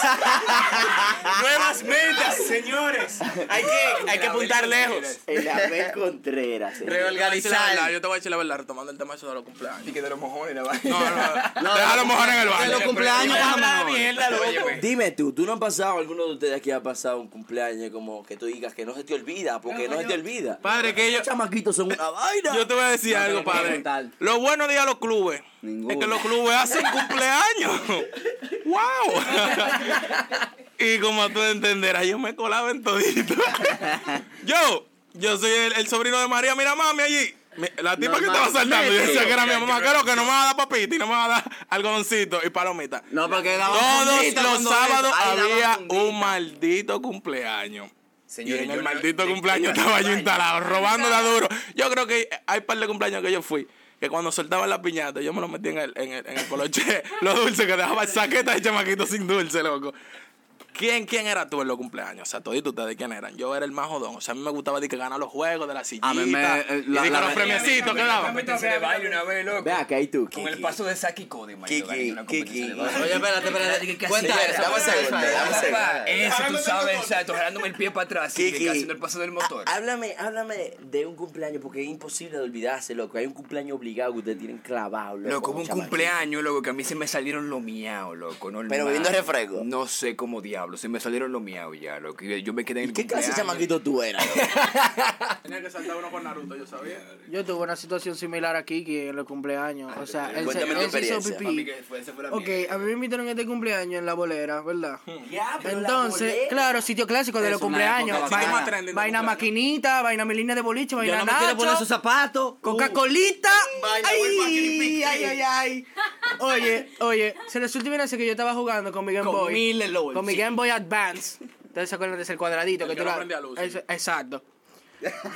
nuevas metas, señores. Hay que, hay que apuntar lejos.
El Abel Contreras. eh. señor.
Reorganizar. Yo te voy a decir la verdad, retomando el tema eso de los cumpleaños.
Dije de los mojones, la vaina.
No, no, no. Déjalo mejor en el
De los
baño.
cumpleaños era
Habla
mejor.
mierda, loco.
Óyeme.
Dime tú, ¿tú no han pasado, alguno de ustedes aquí ha pasado un cumpleaños como que tú digas que no se te olvida? Porque no se te olvida.
Padre, que yo,
Los chamaquitos son una vaina.
yo te voy a decir
te
algo,
lo voy a
padre.
contar.
Lo bueno de ir a los clubes
Ninguno.
es que los clubes hacen cumpleaños. ¡Wow! y como tú entenderás, yo me colaba en todito. yo, yo soy el, el sobrino de María. Mira, mami, allí. Mi- La tipa que estaba saltando, yo decía que era mi mamá, creo que no me va a dar papita y no me va a dar algodoncito y palomita.
No, porque daban
Todos
fundita
los
cuando eso.
sábados
Ahí daban
había
fundita.
un maldito cumpleaños.
Señores,
y en
yo
el
no-
maldito
yo-
cumpleaños
yo-
estaba yo instalado, robándole a duro. Yo creo que hay par de cumpleaños que yo fui, que cuando soltaban la piñata, yo me lo metí en el, en el, en el coloche, los dulces que dejaba saquetas de chamaquito sin dulce, loco. ¿Quién, ¿Quién era tú en los cumpleaños? O sea, toditos ustedes, ¿quién eran? Yo era el más jodón. O sea, a mí me gustaba de que ganar los juegos, de la sillita.
A mí me- eh,
y
la-
de que
la-
los premiecitos que daban.
Competencia de baile una vez, loco.
Ve acá, ¿y tú?
Con el
Kiki?
paso de Saki Cody, marico.
Kiki,
una competencia de
Kiki.
baile.
Oye, espérate, espérate. Cuenta
Señores,
eso.
dame un
cuenta
segundo,
eso.
dame un segundo.
Eso, tú sabes, exacto, jalándome el pie para atrás y
Kiki.
haciendo el paso del motor.
Ah, Háblame, háblame de un cumpleaños porque es imposible de olvidarse, loco. Hay un cumpleaños obligado que ustedes tienen clavado, loco.
Loco, hubo un
chamaquito.
cumpleaños, loco, que a mí se me salieron los miaos, loco. normal.
Pero bebiendo refresco.
No sé cómo diablo, se me salieron los miaos ya, loco. y Yo me quedé en el
¿Qué clase de
cumpleaños.
chamaquito tú eras? loco?
Tenía que saltar uno con Naruto, yo sabía.
Yo tuve una situación similar a Kiki en los cumpleaños. O sea, él se,
Cuéntame tu
él se hizo
experiencia.
pipí. Ok, a mí me invitaron a este cumpleaños en la bolera, ¿verdad? Entonces, claro, sitio clásico de
Es
los
una
cumpleaños.
época
Vaina,
más trending de
vaina
cumpleaños.
maquinita, vaina mi línea de boliche,
Yo
vaina
no me quiero poner esos
nacho,
zapatos.
Coca-Colita.
Vaina, vuelvo
Ay,
aquí,
ay, ay, ay. Oye, oye, se resulta bien hace que yo estaba jugando con mi Game
Con
Boy.
mil en los
Con mi
bolsillos.
Game Boy Advance. Entonces, ¿se acuerdan de ese cuadradito
El
que
que
tú
no
la-
prendía luces.
Eso- Exacto.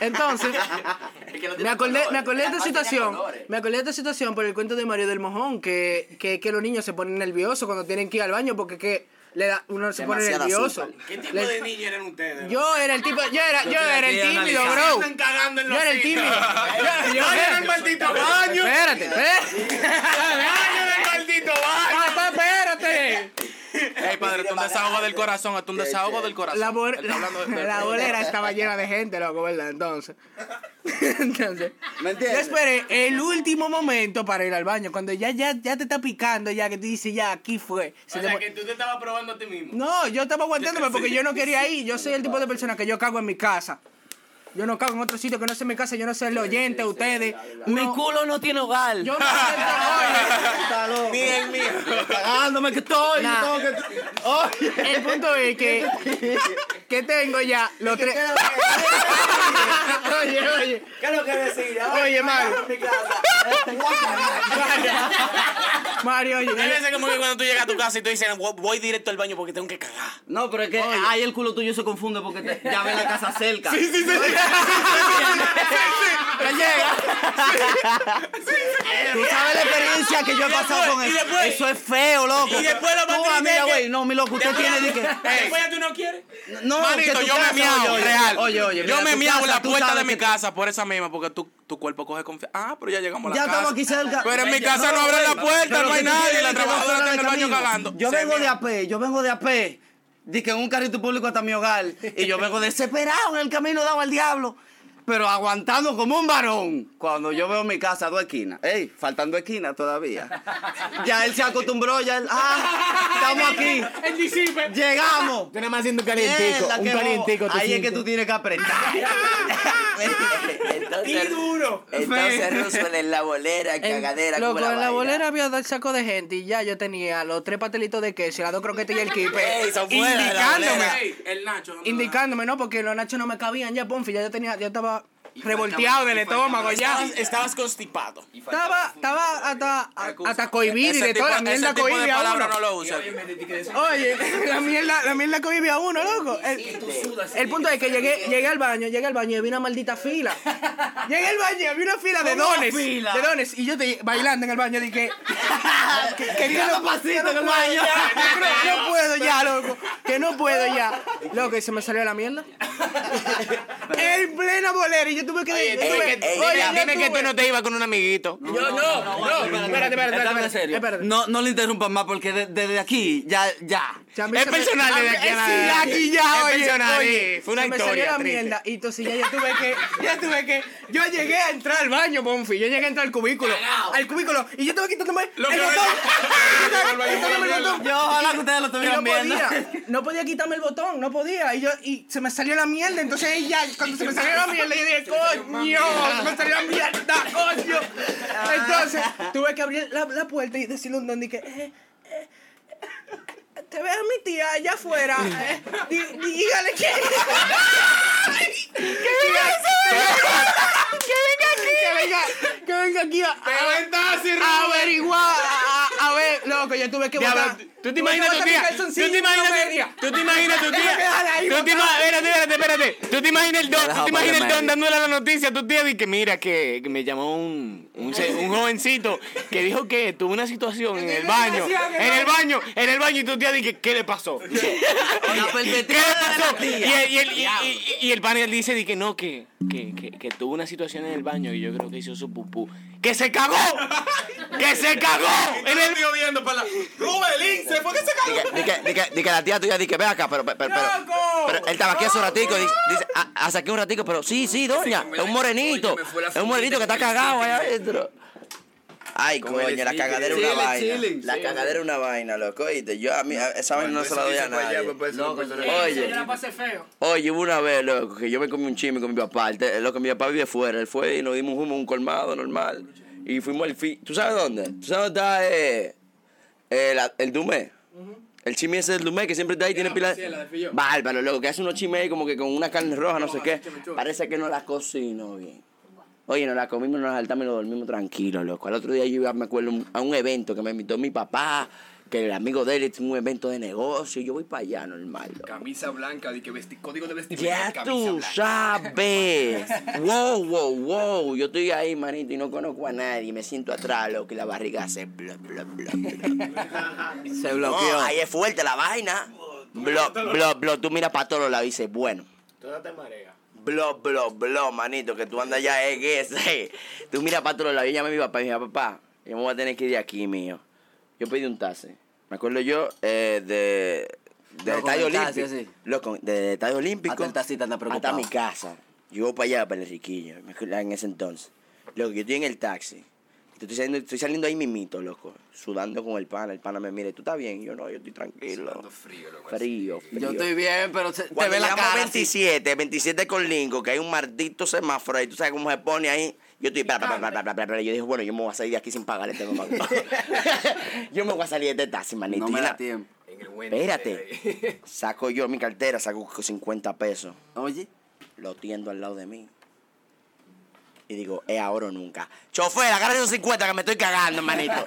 Entonces,
Es que no tiene
me acordé,
color.
me acordé de
Además, tiene
esta
Ah,
situación.
colores.
Me acordé de esta situación por el cuento de Mario del Mojón, que, que, que los niños se ponen nerviosos cuando tienen que ir al baño porque que le da, uno se pone
Demasiada
nervioso.
azúcar.
¿Qué tipo
Le-
de niño eran ustedes?
yo era el tipo, yo era, yo, era el
aquí
tímido,
analizando.
bro.
Están cagando en
Yo
los
era el
sitios.
tímido. Yo- yo
Vayan
era-
al maldito baño.
Espérate, espérate.
Vayan al maldito baño.
Ah, pa- espérate.
Ey, padre, esto es un desahogo del corazón, esto es un desahogo del corazón.
La, bol-
Él está hablando de- de-
la bolera estaba llena de gente, loco, ¿verdad? Entonces. Entonces.
¿Me
Yo
entiendes?
esperé el último momento para ir al baño. Cuando ya, ya, ya te está picando, ya que te dice, ya, aquí fue. Se
O
te
sea,
pon-
que tú te estabas probando a ti mismo.
No, yo estaba aguantándome porque yo no quería ir. Yo soy el tipo de persona que yo cago en mi casa. Yo no cago en otro sitio que no sea mi casa. Yo no soy el oyente, ustedes.
Mi
No,
culo no tiene hogar.
Yo no soy el-
Está loco.
Ni el mío.
Cagándome que estoy.
Nah.
yo tengo que- Oye.
El punto es que, que tengo ya los tres. oye, oye.
¿Qué es lo que decir?
Oye, Mario. Mario, oye.
Hay veces como que cuando tú llegas a tu casa y tú dices, "Voy- voy directo al baño porque tengo que cagar.
No, pero es que ahí el culo tuyo se confunde porque te- ya ve la casa cerca. Tú sabes la experiencia que yo he pasado con
y
eso.
después-
Eso es feo, loco.
y después lo más
Tú,
triste
amiga,
es que-
güey, no, mi loco, usted tiene de que... Eh,
Después ya tú no quieres.
No,
Manito,
que tu
yo
casa,
me miau,
oye, oye,
real.
Oye, oye,
yo
mira,
me
tu
miau en
casa,
la
tú
puerta
sabes
de mi
que-
casa por esa misma, porque tu, tu cuerpo coge confianza. Ah, pero ya llegamos a la
Ya
casa.
estamos aquí cerca.
Pero en mi casa no, abren
abre
la puerta, no hay nadie, la trabajadora está en el baño cagando.
Yo
Se
vengo de
miau.
AP, yo vengo de AP. Dije que en un carrito público hasta mi hogar. Y yo vengo desesperado en el camino dado al diablo. Pero aguantando como un varón. Cuando yo veo mi casa a dos esquinas. Ey, faltando esquinas todavía. Ya él se acostumbró, ya él. ¡Ah! Estamos aquí.
El disipe.
Llegamos.
Tú nada más haciendo un calientico.
Mierda,
Un
qué bo-
calientico. te
Ahí es que
sientes.
tú tienes que apretar.
Entonces,
duro.
entonces Russell en la bolera, en cagadera.
Eh, Loco,
como
en la
vaina.
bolera había dos sacos de gente y ya yo tenía los tres pastelitos de queso, las dos croquetas y el kipe.
Ey, son fuera de la
Indicándome.
bolera.
Ey, el Nacho. ¿dónde está?
Indicándome, ¿no? Porque los nachos no me cabían ya, Ponfi, ya yo tenía, ya estaba
faltaba-
revolteado del
y faltaba-
estómago ya.
Estabas, estabas constipado.
Y faltaba
Estaba, estaba hasta, hasta cohibir y
Ese
de toda la
tipo- ese
mierda
tipo de
cohibir a
palabra
uno.
no lo usa.
Oye, la mierda, la mierda que vive a uno, loco. El, el punto es que llegué, llegué al baño, llegué al baño y vi una maldita fila. Llegué al baño y vi una fila de
¿Cómo
dones.
fila?
De dones. Y yo te, bailando en el baño dije. que- que yo no- que no puedo ya, que no- no puedo ya, loco. Que no puedo ya. Loco, y se me salió la mierda. en plena bolera. Y yo tuve que. yo
ey,
tuve-
ey, ey,
oye,
dime-
yo
dime
tuve-
te ibas con un amiguito.
Yo no, no, espérate, espérate, espérate,
Espérate,
espérate. espérate.
No, no le interrumpan más porque de- desde aquí ya, ya.
Ya a mí se me-
desde
Es aquí ya, oye,
eh,
oye.
Fue una
Se Me
historia
salió la
triste.
mierda. Y entonces ya yo tuve que, ya tuve que, yo llegué a entrar al baño, Bonfi. Yo llegué a entrar al cubículo, al cubículo. Y yo estaba quitándome el
Lo que
botón. Yo estaba quitándome el botón.
Yo ojalá que ustedes lo
Y
estuvieran
no
viendo.
podía, no podía quitarme el botón, no podía. Y, yo, y se me salió la mierda. Entonces ahí ya, cuando se me salió la mierda, yo dije, coño, se me salió la mierda, coño.
Ah.
Entonces tuve que abrir la, la puerta y decirle a un don, dije, eh, eh, eh, te veo a mi tía allá afuera. eh, di- dígale que... que venga, que venga aquí. Que venga, que venga aquí a, a- a averiguar, a, a- a ver, loco, yo tuve que botar.
¿Tú
tuve que
te imaginas
botar
tu
mi
tía? ¿Tú
calzoncillo
te imaginas
y una
tu
media.
tía? ¿Tú te imaginas tu tía?
quedar ahí
¿Tú te ima- Espérate, espérate, espérate. ¿Tú te imaginas el don?
dejaba
¿Tú te imaginas el
por la
don
media.
dándole la noticia a tu tía? de que mira, que, que me llamó un, un, se- un jovencito que dijo que tuvo una situación en el baño. En el baño, en el baño. Y tu tía dije, ¿qué le pasó?
La
¿Qué
perspectiva
le pasó?
de la
Y
tía.
el, y el, y, y- y el panel dice de que no, que, que, que, que tuvo una situación en el baño y yo creo que hizo su pupú. ¡Que se cagó! ¡Que se cagó! En el-
Estoy viendo para la... Rubelín, se fue que se cagó.
Di que, di que- di que la tía tuya dice, ve acá, pero, pero, pero, pero él estaba aquí hace un ratico, dice, dice, "Ah, hace aquí un ratico, pero sí, sí, doña, es un morenito,
Oye, me fue la
es un morenito que está
fundita.
cagado allá adentro. Ay,
Con el
coño, la
sneaker.
cagadera es una
Chilling,
vaina,
chilling,
la cagadera es una vaina, loco, oíste, yo a mí, a- esa vaina no se la
pues
doy a nadie. Oye, oye, hubo una vez, loco, que yo me comí un chisme con mi papá, el te- loco, mi papá vive fuera, él fue y nos dimos un humo, un colmado normal, y fuimos al fin, ¿tú sabes dónde? ¿Tú sabes dónde está eh, eh, la- el Dumé? El chisme ese del Dumé que siempre está ahí, tiene pila de... Bárbaro, loco, que hace unos chismes ahí como que con una carne roja, no sé qué, parece que no la cocinó bien. Oye, nos la comimos, nos la saltamos y nos dormimos tranquilos, loco. Al otro día yo iba, me acuerdo, un- a un evento que me invitó mi papá, que el amigo de él es un evento de negocio y yo voy para allá normal. loco.
Camisa blanca, de que vesti- código de vestimenta.
Ya
camisa
tú
blanca.
sabes. Wow, wow, wow. Yo estoy ahí, manito, y no conozco a nadie. Me siento atrás, lo que la barriga hace. Bla, bla, bla, bla.
Se
No,
bloqueó.
ahí es fuerte la vaina. Blo, blo, blo. Tú miras para todos lados y dices, bueno.
Toda te marea.
Blo, blo, blo, manito, que tú andas ya, eh, que ese. Tú miras para todos lados. Yo llamé a mi papá y mi papá, yo me voy a tener que ir de aquí, mío. Yo pedí un taxi. Me acuerdo yo eh, de. De
Loco,
Estadio
el taxi,
Olímpico.
así.
Loco, de Estadio Olímpico.
Hasta el taxista anda preocupado.
Hasta mi casa. Yo voy para allá, para el Riquillo, me acuerdo, en ese entonces. Loco, yo estoy en el taxi. Estoy saliendo, estoy saliendo ahí mimito, loco. Sudando con el pana. El pana me mira, ¿tú estás bien? Y yo no, yo estoy tranquilo.
Sudando frío, loco, así.
Frío, frío.
Yo estoy bien, pero se- te
Cuando
ve la
llegamos a
cara. así.
27, 27 con Lingo, que hay un maldito semáforo ahí, tú sabes cómo se pone ahí. Yo estoy, bla, bla, bla, bla, bla, bla, bla. yo dije, bueno, yo me voy a salir de aquí sin pagar este mamá. yo me voy a salir de este taxi, manito.
No
Y
me
la-
da tiempo.
En el buen
Espérate. Saco yo mi cartera, saco 50 pesos,
Oye,
lo tiendo al lado de mí. Y digo, es ahora o nunca. Chofer, agarra esos 50 que me estoy cagando, manito.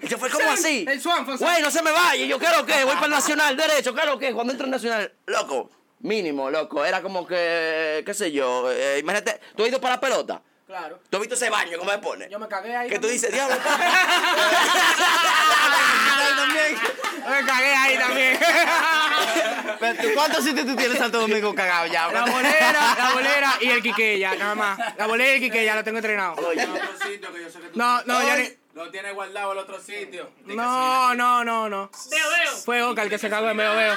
El chofer, ¿cómo así?
el Swan, fue el Swan.
Güey, no se me vaya. Yo quiero que voy para el Nacional, derecho, claro que cuando entro en Nacional, loco, mínimo, loco. Era como que, qué sé yo, eh, imagínate, tú has ido para la pelota.
Claro.
¿Tú has visto ese baño? ¿Cómo se pone?
Yo me cagué ahí.
que tú
también.
dices, diablo.
Me cagué ahí también.
pero ¿tú ¿cuántos sitios tú tienes en Santo Domingo cagado ya? Ah,
La bolera, la bolera y el quiqueya, nada más. La bolera y el quiqueya, la tengo entrenado.
otro sitio que yo sé que tú
No, no, ya ni-
lo tienes guardado el otro sitio.
No, no, no, no.
Veo, veo.
Fue Oca el que se cagó en veo, veo.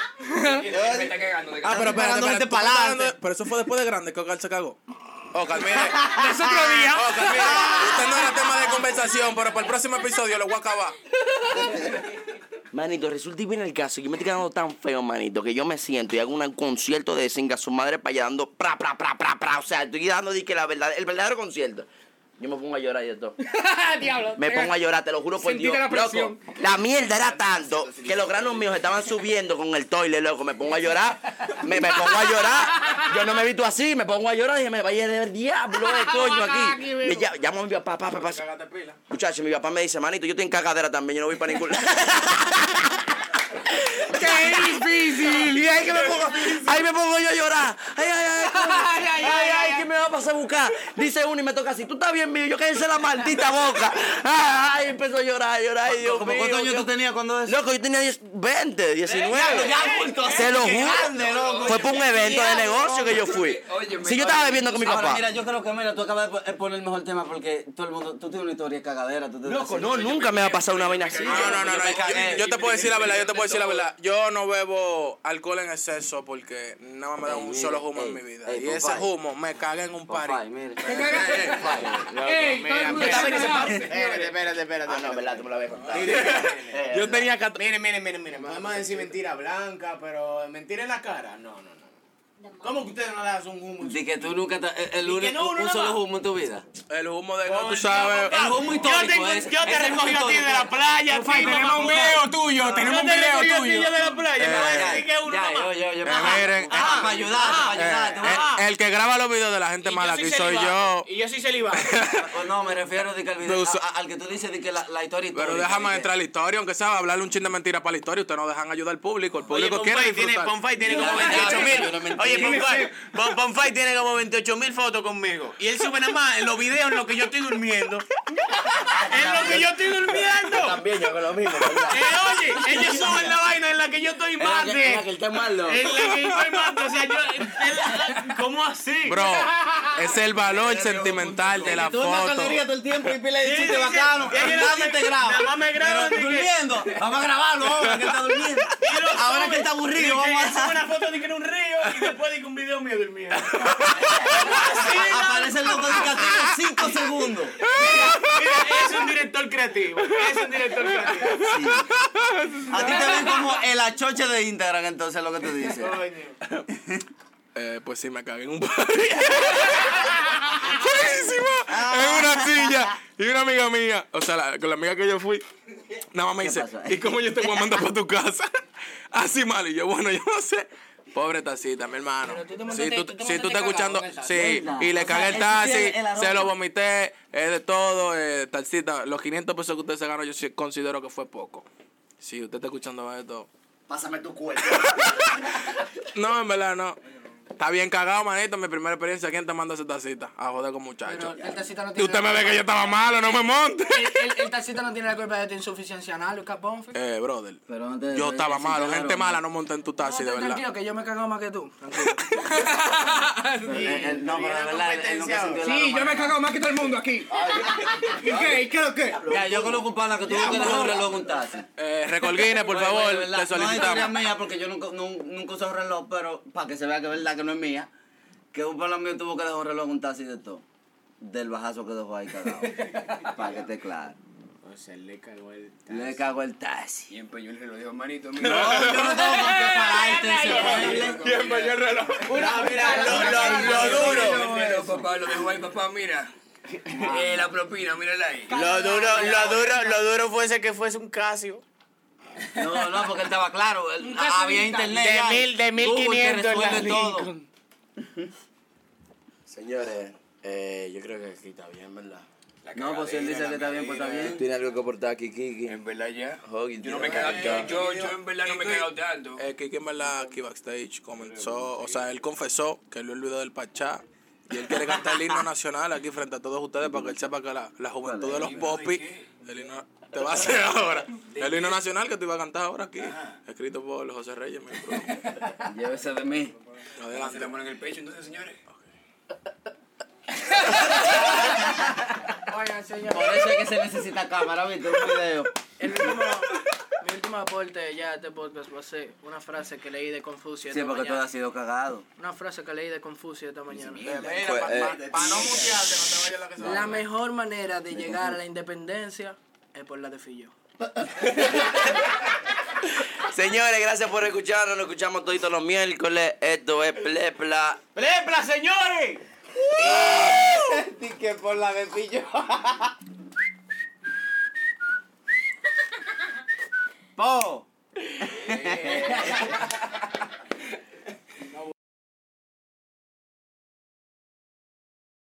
Ah, pero espérate,
Pagando gente
espérate, tú
este pa'lante.
estás hablando de- Pero eso fue después de grande que Ocal se cagó. Ocal, mire.
Es otro día.
Ocal, mire. Usted no era tema de conversación, pero para el próximo episodio lo voy a acabar.
Manito, resulta y viene el caso. Yo me estoy quedando tan feo, manito, que yo me siento y hago un concierto de singa su madre para allá dando pra, pra, pra, pra, pra. O sea, estoy dando di que la verdad, el verdadero concierto. Yo me pongo a llorar y de todo.
Ah,
Diablo.
Me pongo a llorar, te lo juro por
Sentiste
Dios.
la presión.
loco, la mierda era tanto que los granos míos estaban subiendo con el toile, loco. Me pongo a llorar, me, me pongo a llorar. Yo no me he visto así, me pongo a llorar y dije, me vaya del diablo de coño aquí. Me ll- llamo a mi papá, papá, papá. Muchacho, mi papá me dice, manito, yo estoy en cagadera también, yo no voy para ningún lado.
¡Qué difícil!
Y ahí que me pongo, ahí me pongo yo a llorar. Ay, ay, ay, coño. ay, ay, ¿quién me va a pasar a buscar? Dice uno y me toca así, tú estás bien mío, yo cállense la maldita boca. Ay, ay, empezó a llorar, a llorar, ay, Dios
¿Cómo
mío.
cuántos años
Dios
tú tenías cuando eso?
Loco, yo tenía 10, 20, 19.
adulto,
Se lo
qué
juro.
grande, loco.
Fue por un evento de negocio que yo fui.
Óyeme,
Si yo estaba bebiendo con mi
Ahora,
papá.
mira, yo creo que, mira, tú acabas de po- eh, poner el mejor tema porque todo el mundo, tú tienes una historia cagadera. Tú te
Loco, no, nunca me va a pasar una vaina así.
No, no, no, no. Yo, yo te puedo decir la verdad, yo te puedo decir la verdad. Yo no bebo alcohol en exceso porque nada más me da un solo humo en mi vida.
Ey,
Y ese
Popeye.
humo me caga en un
Papá,
party.
mira.
¡Ey! todo el mundo está cagado.
Espérate, espérate, espérate.
Ah, no, verdad, tú me la ves.
Yo tenía 14.
Miren, miren, miren, miren. Vamos a decir mentira blanca, pero mentira en la cara. No, no, no. ¿Cómo que ustedes no le hacen un humo?
Di que tú nunca te- el- el
Di que
único-
no, uno
un
no
solo
va.
humo en tu vida.
El humo de no, tú sabes.
El humo histórico. es-
Yo te
es el
recogí
humo
a ti
histórico.
de la playa,
Ay, tenemos un video tuyo, tenemos un video tuyo.
de la playa. Me vas a
Ya,
decir que es uno
ya,
nomás.
yo, yo, yo.
Eh, miren,
Ah, para ayudar, para ayudar.
Eh,
te voy a-
el, el que graba los videos de la gente
Y
mala
soy
aquí soy yo.
celibato. Y yo soy celibado.
O no, me refiero de que al, video-
Pero usa-
a- a- al que tú dices de que la, la historia
Pero
histórica, de
déjame
que-
entrar a la historia, aunque sea hablarle un chin de mentira para la historia. Ustedes no dejan ayudar al público. El
Oye,
público quiere
Bonfai tiene,
disfrutar.
Bonfai tiene como
Yo no mentí, yo no
28 mil.
mentí.
Oye, Bonfai, Bon- Bonfai tiene como 28 mil fotos conmigo. Y él sube nada más en los videos en los que yo estoy durmiendo. En los que yo estoy durmiendo.
También yo hago lo mismo. ¿verdad?
Eh, oye, ellos suben la vaina en la que yo estoy
Era
más
que-
de.
era que él está mal, loco.
En la que yo estoy más de. O sea, yo. el- ¿Cómo así?
Bro, es el valor sentimental de la
Tú en la
foto.
galería todo el tiempo y pila de
Sí, sí,
chiste
sí.
bacano.
Es que
Dame te grabo.
Nada más me grabo
Pero
de que-
durmiendo. Vamos a grabarlo ahora que está durmiendo.
Y lo
Ahora
sube,
que está
de que
aburrido, vamos a
sube una foto de que era un río y después de que un video mío durmiendo. Sí, no.
Aparece el doctor en 5 segundos.
Mira, es un director creativo. Es un director creativo.
A ti te ven como el achoche de Instagram, entonces lo que tú dices.
Coño.
Eh, pues sí, me cagué en un party. Buenísima. En una silla. Y una amiga mía, o sea, la- con la amiga que yo fui, nada más me
¿Qué
dice,
pasó?
¿y cómo yo te voy a mandar para tu casa? Así mal. Y yo, bueno, yo no sé. Pobre tacita, mi hermano. si tú, si tú estás escuchando, sí,
Verdad.
y
O
le
sea,
cagué el
él
taxi,
sufrió el- el aroma.
se lo vomité, es de todo, eh, tacita. Los 500 pesos que usted se ganó, yo sí considero que fue poco. si usted está escuchando esto,
Pásame tu cuerpo.
no, en verdad no. Está bien cagado, manito, mi primera experiencia. ¿Quién te mandó esa tacita? A joder con
Pero
muchachos.
el taxista no
Y
tiene.
usted
la-
me ve que yo estaba malo, no me monte.
El, el- el taxista no tiene la culpa de tu insuficiencia anal, Lucas Bonfi.
Eh, brother.
Pero no te-
Yo estaba
sí,
malo,
claro.
gente mala no monta en tu
No,
taxi, de verdad.
tranquilo, que yo me he cagado más que tú.
Pero él- él- eh, No, pero de verdad, él nunca sintió la
Sí, yo me he
aroma.
cagado más que todo el mundo aquí. ¿Y qué? ¿Y qué lo que?
Ya, yo conozco un pana que tuvo que dejar luego un taxi.
Eh, Recolguines, por
Bueno,
favor,
bueno, de verdad,
le
No es historia
solicitamos.
mía porque yo nunca, nun- nunca usé un reloj, pero para que se vea que es verdad que no es mía, que un palo mío tuvo que dejar un reloj en un taxi de todo. Del bajazo que dejó ahí cagado. para que esté claro.
O sea, le cagó el.
Le cago el taxi.
Y empeñó el reloj, dijo, manito,
No,
mira.
yo no tengo por qué pagarte ese mueble.
Y empeñó el reloj.
Mira, lo,
lo- lo duro.
Pero, papá, lo dejó ahí, papá, mira. Eh, la propina, mírala ahí.
Lo duro, lo duro, lo duro fuese que fuese un Casio.
No, no, porque él estaba claro. él- había internet.
De
ya,
mil- de mil
Google que
quinientos en la
resuelve todo.
Señores, eh, yo creo que aquí está bien, ¿verdad?
No, pues si él dice que está bien, pues está bien.
Tiene algo que aportar aquí, Kiki.
En verdad ya.
Hoggins,
Yo no me he
tiene
cagado.
algo.
Yo, yo en verdad no me he cagado tanto.
Eh, Kiki en verdad aquí backstage comenzó, o sea, él confesó que lo olvidó del Pachá y él quiere cantar el himno nacional aquí frente a todos ustedes para que él sepa que la, la juventud de los popis, el himno, te va a hacer ahora. El himno nacional que te iba a cantar ahora aquí, escrito por José Reyes, mi bro.
Llévese de mí.
Se
Adelante.
la ponen en el pecho, entonces, señores.
Oigan, señor.
Por eso es que se necesita cámara, ¿viste? Un video.
El último, mi último aporte ya de este podcast va a ser una frase que leí de Confucio. esta
Sí, porque todo
mañana.
ha sido cagado.
Una frase que leí de Confucio esta mañana.
Pues, eh,
La mejor manera de llegar a la independencia es por la de Fillo.
Señores, gracias por escucharnos. Nos escuchamos toditos los miércoles. Esto es Plepla.
¡Plepla, señores!
que por la de pillo. po.